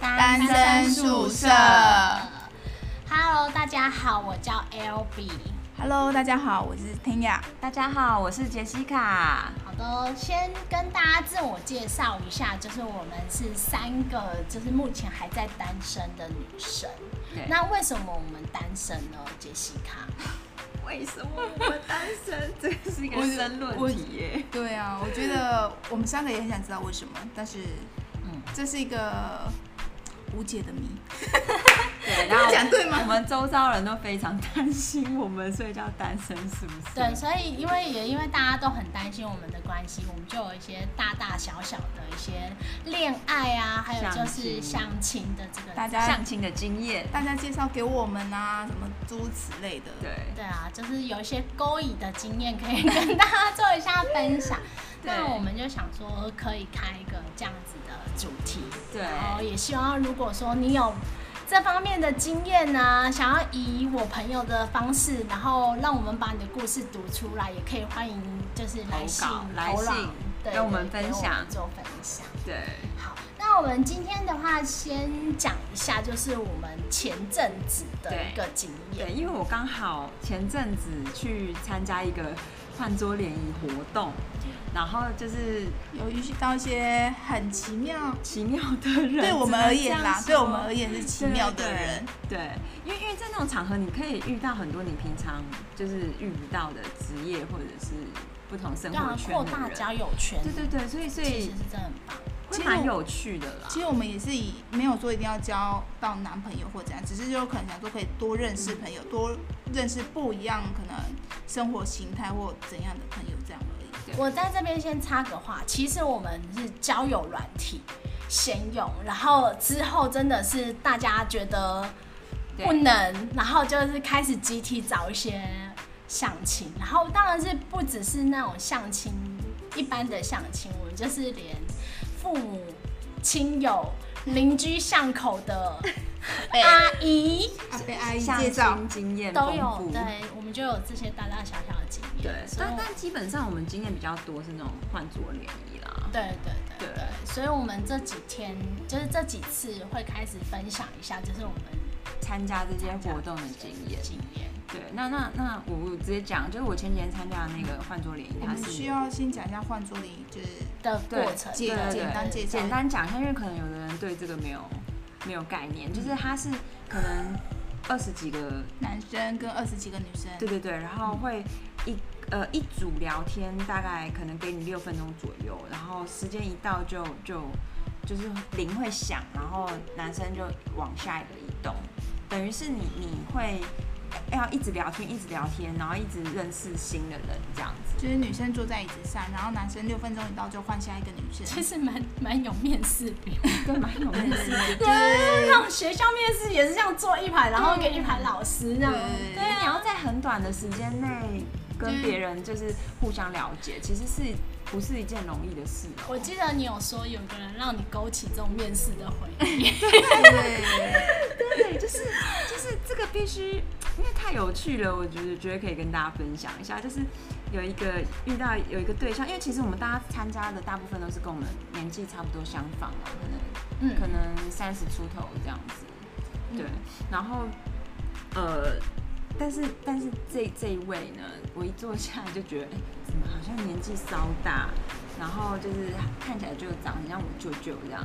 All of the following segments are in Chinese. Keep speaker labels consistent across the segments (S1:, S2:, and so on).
S1: 单身宿舍。
S2: Hello，大家好，我叫 L B。
S1: Hello，大家好，我是 Tanya。
S3: 大家好，我是杰西卡。
S2: 好的，先跟大家自我介绍一下，就是我们是三个，就是目前还在单身的女生。
S3: 对
S2: 那为什么我们单身呢？杰西卡，
S3: 为什么我们单身？这是一
S1: 个申论题
S3: 耶。
S1: 对啊，我觉得我们三个也很想知道为什么，但是
S3: 嗯，
S1: 这是一个无解的谜。
S3: 对，然 后
S1: 讲对吗
S3: 我们周遭人都非常担心我们，所以叫单身宿舍。
S2: 对，所以因为也因为大家都很担心我们的关系，我们就有一些大大小小的一些恋爱啊，还有就是相
S3: 相
S2: 亲的这个
S1: 大家
S3: 相亲的经验。
S1: 大家介绍给我们啊，什么诸如此类的。
S3: 对，
S2: 对啊，就是有一些勾引的经验可以跟大家做一下分享。
S3: 对
S2: 那我们就想说，可以开一个这样子的主题。
S3: 对
S2: 然后也希望如果说你有这方面的经验呢、想要以我朋友的方式，然后让我们把你的故事读出来，也可以欢迎就是来信
S3: 投稿来
S2: 投稿
S3: 信
S2: 对
S3: 跟我们
S2: 对
S3: 分
S2: 跟我们
S3: 享
S2: 做分享。
S3: 对，
S2: 好，那我们今天的话，先讲一下，就是我们前阵子的
S3: 对
S2: 一个经验
S3: 对，。因为我刚好前阵子去参加一个饭桌联谊活动，然后就是
S1: 有遇到一些很奇妙，
S3: 奇妙的人，
S1: 对我们而言啦，
S3: 只
S1: 对
S3: 能这样说
S1: 我们而言是奇妙的人。
S3: 对，因为因为在那种场合，你可以遇到很多你平常就是遇不到的职业或者是不同生
S2: 让
S3: 活
S2: 人
S3: 圈
S2: 扩
S3: 的
S2: 大
S3: 人。
S2: 交友圈，
S3: 对对对，所以所
S2: 其
S3: 以
S2: 实是真的很棒。
S3: 会蛮有趣的啦。
S1: 其实我们也是以没有说一定要交到男朋友或怎样，只是就可能想说可以多认识朋友，多认识不一样可能生活形态或怎样的朋友这样而已。
S3: 对
S2: 我在这边先插个话，其实我们是交友软体先用，然后之后真的是大家觉得
S3: 对
S2: 不能，然后就是开始集体找一些相亲，然后当然是不只是那种相亲一般的相亲，我们就是连父母亲友。邻居巷口 的阿姨
S1: 阿贝阿姨
S3: 相
S1: 介绍
S3: 亲，经验
S2: 都
S3: 丰
S2: 有
S3: 富，
S2: 对，我们就有这些大大小小的经验。
S3: 对，
S2: 所以
S3: 但
S2: 我
S3: 但基本上我们经验比较多是那种换桌联谊啦。
S2: 对对对对
S3: 对
S2: 所以我们这几天就是这几次会开始分享一下，就是我们
S3: 参加这些活动的经验，
S2: 经验。
S3: 对，那那那我直接讲，就是我前几天参加的那个换桌联谊，
S1: 我
S3: 它
S1: 们
S3: 是
S1: 需要先讲一下换桌礼，就是
S2: 的
S3: 对
S2: 过程，
S1: 简
S3: 对
S1: 简
S2: 对
S1: 单介绍
S3: 简。单讲一下，因为可能有的人对这个没有没有概念，就是他是可能二十几个，
S1: 男生跟二十几个女生，
S3: 对对对，然后会一呃一组聊天，大概可能给你六分钟左右，然后时间一到就就就是铃会响，然后男生就往下一个移动，等于是你你会要一直聊天，一直聊天，然后一直认识新的人这样子。
S1: 就是女生坐在椅子上，然后男生六分钟一到就换下一个女生。
S2: 其实蛮蛮有面试的，
S3: 对，蛮有意思的。
S2: 对，那种学校面试也是这样坐一排，然后跟一排老师这样。
S1: 对
S3: 对，啊你要在很短的时间内跟别人就是互相了解，其实是不是一件容易的事哦、
S2: 我记得你有说有个人让你勾起这种面试的回忆，
S1: 对，
S3: 对，就是就是这个必须，因为太有趣了，我觉得觉得可以跟大家分享一下，就是有一个遇到有一个对象，因为其实我们大家参加的大部分都是跟我们年纪差不多相仿嘛，可能
S2: 嗯
S3: 可能三十出头这样子，对，然后呃，但是但是这这一位呢，我一坐下来就觉得，哎、怎么好像年纪稍大，然后就是看起来就长得很像我舅舅这样，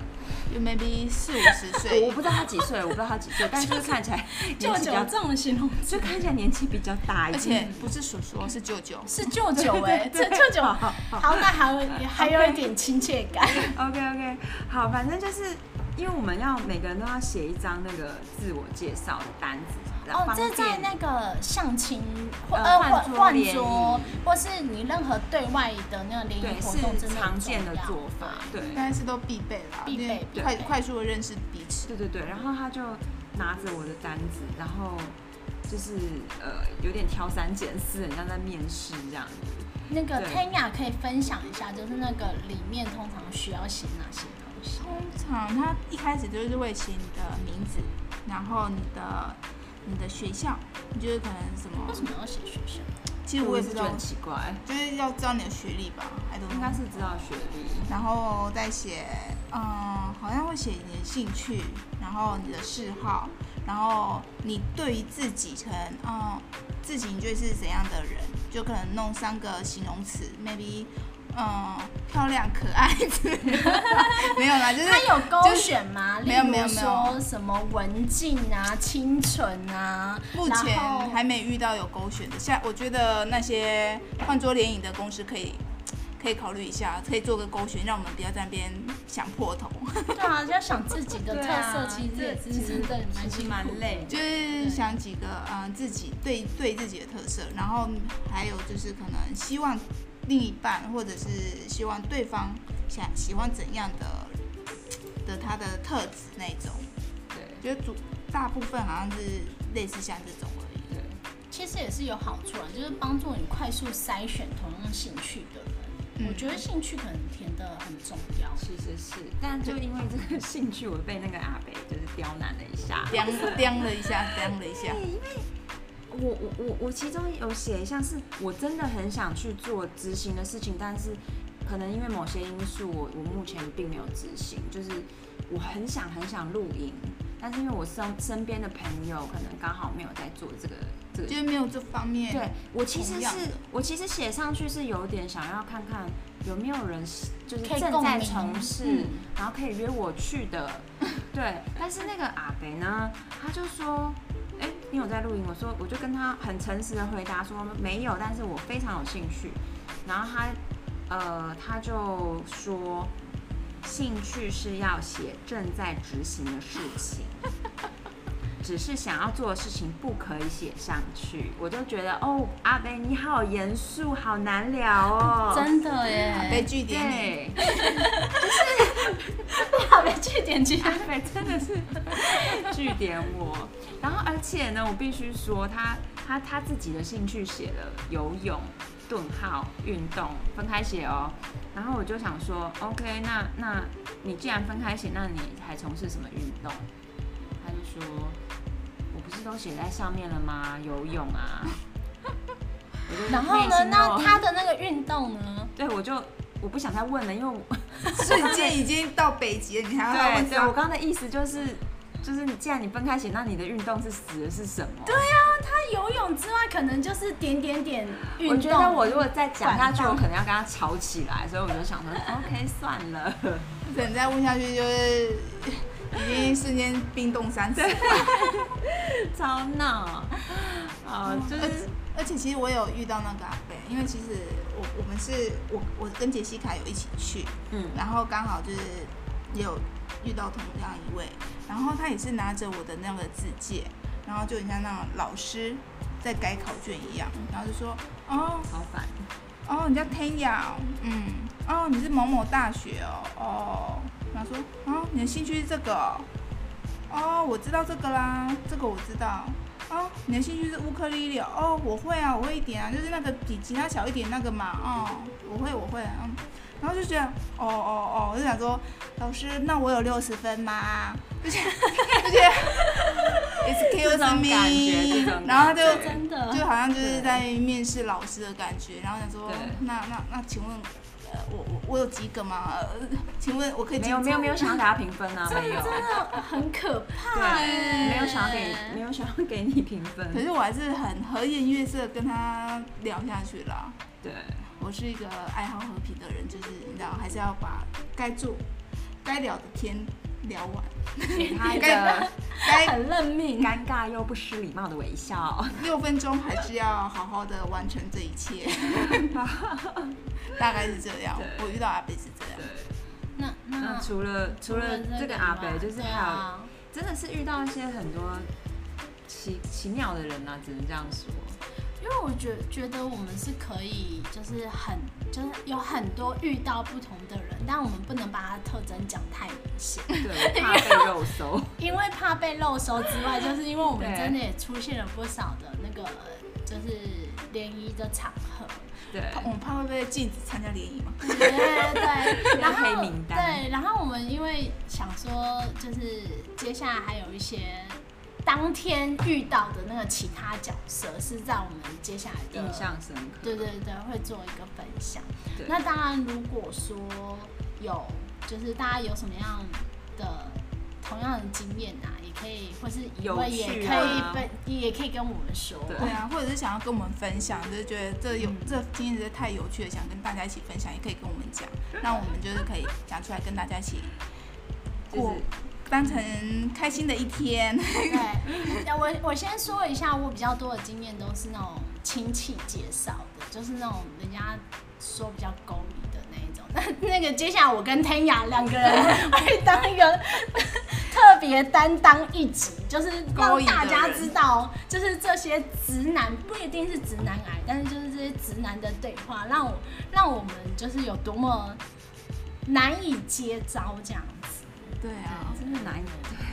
S1: 就 maybe 四五十
S3: 我
S1: 岁
S3: 我，不知道他几岁，我不知道他几岁，但是就是看 起来
S2: 舅
S3: 年纪
S2: 哎舅
S3: 比较
S2: 这，种形容词
S3: 就看起来年纪比较大一
S1: 而且
S3: 点，
S1: 不是叔叔是舅舅。
S2: 是舅舅哎，这舅舅
S3: 好好好
S2: 好歹还有还有一点亲切感，
S3: OK OK，好，反正就是因为我们要每个人都要写一张那个自我介绍的单子，
S2: 哦，
S3: 方
S2: 这在
S3: 便
S2: 那个相亲或
S3: 呃
S2: 呃
S3: 换
S2: 换
S3: 桌
S2: 换
S3: 联
S2: 桌
S3: 谊，
S2: 或是你任何对外的那个联
S3: 对
S2: 谊嗯活动，
S3: 是
S2: 真的很
S3: 常见
S2: 重
S3: 的
S2: 要嗯
S3: 做法，对。
S1: 应该是都必备啦，
S2: 必备
S1: 就是快快速的认识彼此。
S3: 对对对，然后他就拿着我的单子，然后就是呃有点挑三拣四，很像在面试这样子。
S2: 那个
S3: 对
S2: Tanya 可以分享一下，就是那个里面通常需要写哪些东西？
S1: 通常他一开始就是会写你的名字，然后你的你的学校，你就是可能什么
S2: 为什么要写学校？
S1: 其实我也不知
S3: 就
S1: 道
S3: 很，奇怪，
S1: 就是要知道你的学历吧，还懂
S3: 应该是知道学历，
S1: 然后再写，嗯，好像会写你的兴趣，然后你的嗜好，然后你对于自己可能，嗯，自己你就是怎样的人，就可能弄三个形容词，maybe，嗯，漂亮、可爱之类的， 没有啦，就是
S2: 它有勾选吗？
S1: 就是没有没有
S2: 例如说什么文静啊、清纯啊，
S1: 目前
S2: 然后
S1: 还没遇到有勾选的。下我觉得那些换桌联影的公司可以。可以考虑一下，可以做个勾选，让我们不要在那边想破头。
S2: 对啊，就想自己的特
S3: 对
S2: 色，
S3: 啊
S2: 其实也
S3: 这
S2: 是真的蛮辛
S3: 其实
S2: 苦
S3: 蛮
S2: 的
S3: 累的
S1: 就是想几个啊、呃自己对对自己的特色，然后还有就是可能希望另一半或者是希望对方想喜欢怎样的的他的特质那一种，
S3: 对
S1: 觉得主大部分好像是类似像这种而 已。
S3: 对。
S2: 其实也是有好处啊，就是帮助你快速筛选同样兴趣的人。
S1: 嗯
S2: 我觉得兴趣可能填的很重要。
S3: 其实是，但就因为这个兴趣，我被那个阿北就是刁难了一下。
S1: 掂掂了一下，掂了一下，
S3: 我我我我其中有写一项是我真的很想去做执行的事情，但是可能因为某些因素我，我目前并没有执行。就是我很想很想露营，但是因为我身身边的朋友可能刚好没有在做这个这个
S1: 就是没有这方面。
S3: 对我其实
S1: 同
S3: 是
S1: 样的
S3: 我其实写上去是有点想要看看有没有人是就是
S2: 可以
S3: 正
S2: 共
S3: 在
S2: 鸣
S3: 从事，
S2: 嗯
S3: 然后可以约我去 的，对。但是那个阿北呢，他就说，哎、你有在录音？我说，我就跟他很诚实的回答说没有，但是我非常有兴趣。然后他，呃，他就说，兴趣是要写正在执行的事 情。只是想要做的事情不可以写上去，我就觉得哦，阿北你好严肃，好难聊哦。
S2: 真的
S1: 被
S2: 耶，
S1: 据点你，
S3: 对，
S2: 好被据点其实
S3: 阿 北真的是据点我。然后而且呢，我必须说他他他自己的兴趣写了游泳，顿号运动分开写哦。然后我就想说，OK，那那你既然分开写，那你还从事什么运动？他就说，我不是都写在上面了吗？游泳 啊。我就
S2: 然后
S3: 内
S2: 呢，
S3: 心
S2: 那
S3: 哦
S2: 他的那个运动呢？
S3: 对我就我不想再问了，因为我
S1: 瞬间已经到北极了，你还要
S3: 对
S1: 问
S3: 对，啊
S1: 他？
S3: 我刚刚的意思就是，就是你既然你分开写，那你的运动是死的是什么？对，
S2: 那游泳之外，可能就是点点点运
S3: 我
S2: 动。
S3: 觉得我如果再讲下去，
S2: 管道
S3: 我可能要跟他吵起来，所以我就想说，OK，算了。
S1: 可能再问下去就是已经瞬间冰冻三尺。
S3: 吵闹。啊，就
S1: 而
S3: 是
S1: 且而且其实我有遇到那个阿贝，因为其实我我们是我我跟杰西卡有一起去，
S3: 嗯，
S1: 然后刚好就是也有遇到同样一位，然后他也是拿着我的那个字界，然后就很像那种老师在改考卷一样，然后就说哦
S3: 好烦。
S1: 哦你叫 Tanya，哦嗯，哦你是某某大学哦哦，然后说哦你的兴趣是这个哦，哦我知道这个啦，这个我知道。哦，你的兴趣是乌克丽丽哦哦，我会啊，我会一点啊，就是那个比吉他小一点那个嘛，哦，我会，我会，嗯，然后就觉得，哦哦哦，我就想说，老师，那我有六十分吗？就觉得，就觉
S3: 这
S1: 得
S3: 种感觉这
S1: ，excuse
S3: 种
S1: me，然后他
S3: 感
S1: 就
S3: 觉
S2: 真的
S1: 就好像就是在面试老师的感觉，然后想说
S3: 对，
S1: 那那那，请问，呃，我我我有及格吗？呃，请问我可以
S3: 没
S1: 进
S3: 有没有没有想要给他评分啊，没有，
S2: 真的很可怕
S3: 对，
S2: 耶，
S3: 没有想要给没有想要给你评
S1: 可
S3: 分，
S1: 是我还是很和颜悦色跟他聊下去了。
S3: 对，
S1: 我是一个爱好和平的人，就是你知道，还是要把该做、该聊的天聊完，
S3: 给他一
S1: 该
S3: 个
S1: 该
S2: 很认命。
S3: 尴尬又不失礼貌的微笑。
S1: 六分钟还是要好好的完成这一 切。大概是这样，
S3: 对
S1: 我遇到阿贝是这样。
S3: 对。
S2: 那
S3: 那
S2: 那
S3: 除了除了这个阿北，就是
S2: 对
S3: 还有
S2: 啊
S3: 真的是遇到一些很多奇奇妙的人啊，只能这样 说。
S2: 因为我觉觉得我们是可以，就是很就是有很多遇到不同的人，但我们不能把他特征讲太明显，
S3: 对，我怕被肉 搜。
S2: 因为怕被漏收之外，就是因为我们
S3: 对
S2: 真的也出现了不少的那个就是联谊的场 合，
S3: 对，啊
S1: 我们怕会被禁止参加联谊嘛？
S2: 对对，然后
S3: 黑名单
S2: 对，然后我们因为想说，就是接下来还有一些当天遇到的那个其他角色是在我们接下来的
S3: 印象深刻。
S2: 对对对，会做一个分享。
S3: 对
S2: 那当然，如果说有，就是大家有什么样的同样的经验啊，也可以，或是疑
S3: 有
S2: 问，也可
S3: 趣
S2: 以
S3: 啊
S2: 分，也可以跟我们说。
S3: 对
S1: 对啊，或者是想要跟我们分享，就是觉得这有、
S2: 嗯
S1: 这今天实在太有趣了，想跟大家一起分享，也可以跟我们讲，那我们就是可以讲出来跟大家一起
S3: 就是
S1: 过，当成开心的一天。
S2: 对，那我我先说一下，我比较多的经验都是那种亲戚介绍的，就是那种人家说比较勾引的那一种。那那个接下来我跟天雅两个人会当一个特别担当一集，就是
S1: 勾
S2: 让
S1: 引的
S2: 大家
S1: 人
S2: 知道，就是这些直男不一定是直男癌，但是就是这些直男的对话，让我让我们就是有多么难以接招这样子。
S1: 对啊，
S3: 真的难以。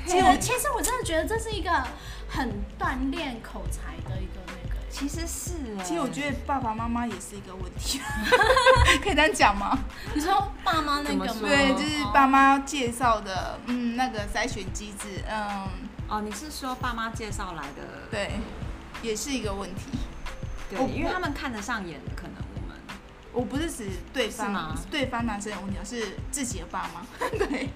S2: 其实，其实我真的觉得这是一个很锻炼口才的一个那个。
S3: 其实是 哎，
S1: 其实我觉得爸爸妈妈也是一个问题，可以这样讲吗？
S2: 你说爸妈那
S3: 怎么
S2: 个吗？
S3: 说
S1: 对，就是 爸妈介绍的，嗯，那个筛选机制，嗯，
S3: 哦，你是说爸妈介绍来的？
S1: 对，也是一个问题。我
S3: 对，因为他们看得上眼的，可能我们
S1: 我不是指对
S3: 是
S1: 方
S3: 吗，
S1: 对方男生有问题，而是自己的爸妈。 对，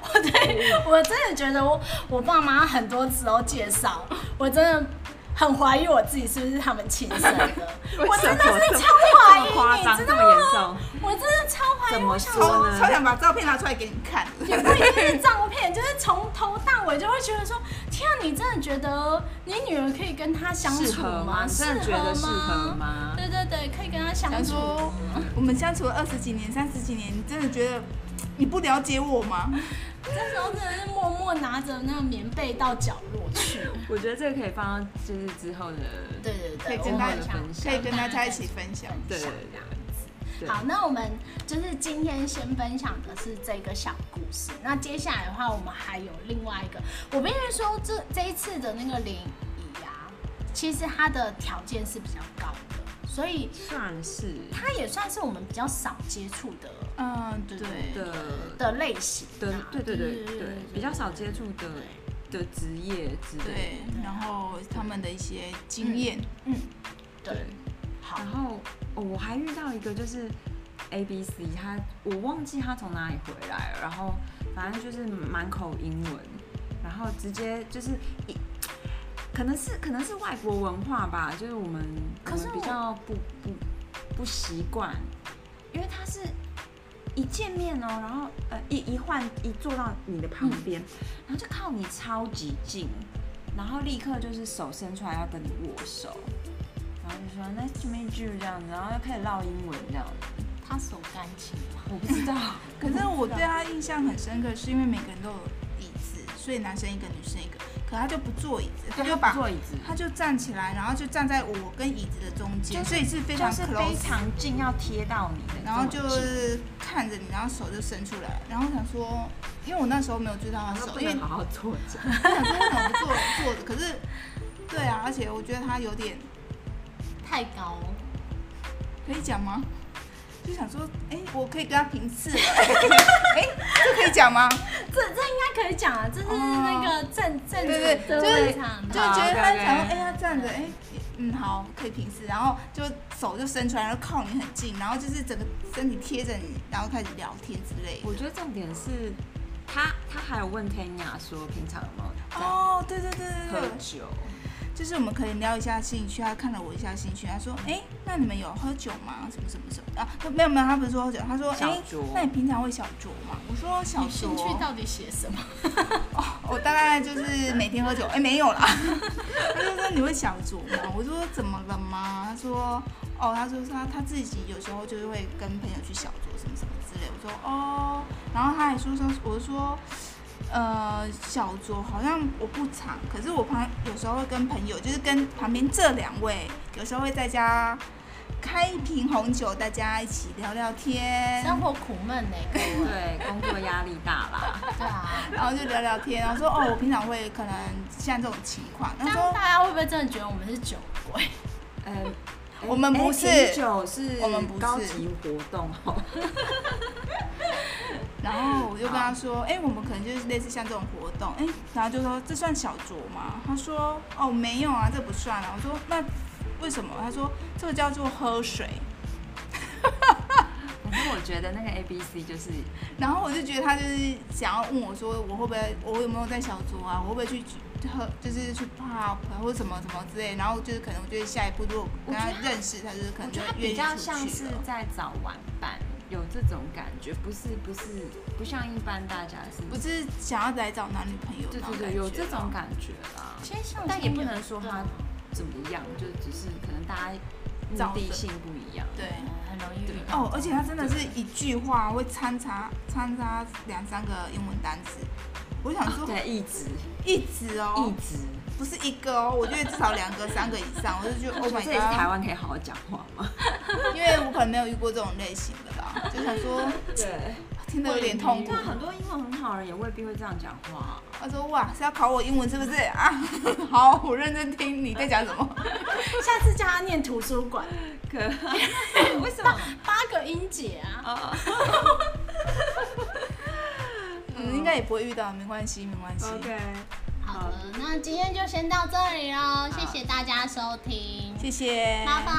S2: 哦。对，我真的觉得我我爸妈很多时候介绍，我真的很怀疑我自己是不是他们亲生 的。我真的是超怀疑
S3: 这么夸张，
S2: 你知
S3: 这
S2: 道
S3: 么
S2: 吗？
S3: 严重？
S2: 我真的超怀
S3: 怎
S2: 疑，
S3: 么
S2: 我想
S3: 哎说
S2: 说。
S1: 超
S3: 呢
S1: 超想把照片拿出来给你 看。
S2: 也不一定是照片，就是从头到尾就会觉得说，天啊，你真的觉得你女儿可以跟她相
S3: 适
S2: 处
S3: 合吗？
S2: 吗？
S3: 你真的觉得适合吗？
S2: 对对对，可以跟他相
S1: 想
S2: 处。
S1: 说我们相处了二十几年、三十几年，你真的觉得你不了解我吗？
S2: 这时候真的是默默拿着那个棉被到角落去。
S3: 我觉得这个可以放到就是之后的，
S2: 对对对，
S1: 可以
S2: 我
S1: 跟大
S2: 很
S1: 家
S2: 想
S1: 可以跟大家一起分享。
S3: 对对对
S2: 好，那我们就是今天先分享的是这个小故事。那接下来的话，我们还有另外一个，我必须说这这一次的那个联谊啊，其实它的条件是比较高的，所以
S3: 算是
S2: 它也算是我们比较少接触的
S1: 嗯，
S2: 对
S1: 对，
S3: 的
S2: 的类型啊、
S3: 的，对对对
S2: 对
S3: 对，比较少接触的的职业之类
S1: 对，然后他们的一些经验，
S3: 的。
S2: 对
S3: 对，
S2: 好
S3: 然后哦我还遇到一个就是。A B C，他我忘记他从哪里回来了，然后反正就是满口英文，然后直接就是一，可能是可能是外国文化吧，就是我们
S2: 可是
S3: 我们比
S2: 我
S3: 较不不不习惯，因为他是一见面哦，然后呃一一换一坐到你的旁边，然后就靠你超级近，然后立刻就是手伸出来要跟你握手，然后就说 nice to meet you 这样子，然后又开始唠英文这样子，
S2: 他手干净吗？
S3: 我不知道，
S1: 可是我对他印象很深刻，是因为每个人都有椅子，所以男生一个，女生一个，可他就不坐椅子，他就把
S3: 坐椅子，
S1: 他就站起来，然后就站在我跟椅子的中间，
S3: 就是
S1: 所以是非常
S3: 就是
S1: close，
S3: 非常近要贴到你的这么近，
S1: 然后就是看着你，然后手就伸出来，然后想说，因为我那时候没有追到他
S3: 然
S1: 的
S3: 后
S1: 手，
S3: 啊不
S1: 因为
S3: 能好好坐着，
S1: 我想说为什么不坐坐着，可是对啊，而且我觉得他有点
S2: 太高，哦
S1: 可以讲吗？就想说，哎、我可以跟他平次 了，哎、这可以讲吗？
S2: 这这应该可以讲啊，这是那个正正
S1: 哦对对
S2: 治的
S1: 就是
S2: 立场，
S1: 就觉得他
S3: 好
S1: 想
S3: 对
S1: 说，哎、他站着，哎、嗯，好，可以平视，然后就手就伸出来，然后靠你很近，然后就是整个身体贴着你，然后开始聊天之类的。
S3: 我觉得重点是。他他还有问天雅说平常有没有在
S1: 哦，对对对对
S3: 喝
S1: 对，
S3: 酒，
S1: 就是我们可以聊一下兴趣，他看了我一下兴趣，他说，哎、那你们有喝酒吗？什么什么什么啊？没有没有，他不是说喝酒，他说，哎、
S3: 小酌
S1: 那你平常会小酌吗？我说小酌，
S2: 你兴趣到底写什么？
S1: 我大概就是每天喝酒，哎、没有啦。他就说你会小酌吗？我说怎么了吗？他说哦，他说他他自己有时候就是会跟朋友去小酌什么什么之类。我说哦，然后他还说说，我说呃小酌好像我不常，可是我旁有时候会跟朋友，就是跟旁边这两位，有时候会在家开一瓶红酒，大家一起聊聊天，
S2: 生活苦闷 呢、各位。
S3: 对，工作压力大啦。
S2: 对啊，
S1: 然后就聊聊天，然后说哦，我平常会可能像这种情况，
S2: 这
S1: 他
S2: 样
S1: 说
S2: 大家会不会真的觉得我们是酒鬼？
S3: 嗯，
S1: 我们不是
S3: 哎啤酒是
S1: 我们不是
S3: 高级活动哦。
S1: 然后我就就跟他说，哎、我们可能就是类似像这种活动，哎、然后就说这算小酌吗？他说，哦，没有啊，这不算啊。我说那为什么？他说这个叫做喝水。
S3: 可是我觉得那个 A B C 就是
S1: 然后我就觉得他就是想要问我说，我会不会，我有没有在小酌啊？我会不会去喝，就是去 pub 啊或者什么什么之类。然后就是可能我觉得下一步如果跟他
S3: 我觉得
S1: 认识，他就是可
S3: 我
S1: 能
S3: 觉
S1: 就
S3: 得它
S1: 愿
S3: 比
S1: 意
S3: 较
S1: 出
S3: 像
S1: 去
S3: 是
S1: 了。
S3: 在找玩伴，有这种感觉，不是不是不像一般大家是，
S1: 不是想要来找男女朋友
S3: 对
S1: 那种
S3: 对
S1: 感觉
S3: 对，有这种
S1: 啊
S3: 感觉啦。
S2: 其实相亲
S3: 但也不
S2: 有
S3: 能说它怎么样，就只是可能大家
S1: 找
S3: 目的
S1: 的
S3: 性不一样。
S1: 对
S2: 对。呃很容易遇到
S1: 哦，而且他真的是一句话会掺杂掺杂两三个英文单词，我想说
S3: 哦对，一直
S1: 一直
S3: 一
S1: 哦，
S3: 直，
S1: 不是一个哦，我觉得至少两个、三个以上，我就觉得 Oh
S3: 这
S1: my
S3: 也是台
S1: god，
S3: 湾可以好好讲话吗？
S1: 因为我可能没有遇过这种类型的啦，就想说
S3: 对，
S1: 听得有点痛苦
S3: 但。啊很多英文很好的人也未必会这样讲话。
S1: 他说哇是要考我英文是不 是啊？好，我认真听你在讲什么。
S2: 下次叫他念图书馆，
S3: 可为什 么？
S2: 八个音节啊，
S3: 哦，
S1: 嗯，应该也不会遇到，没关系，没关
S3: 哦
S1: 系。
S2: 好了，那今天就先到这里喽，谢谢大家收听，
S1: 谢谢，
S2: 拜拜，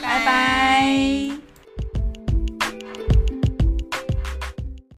S1: 拜拜。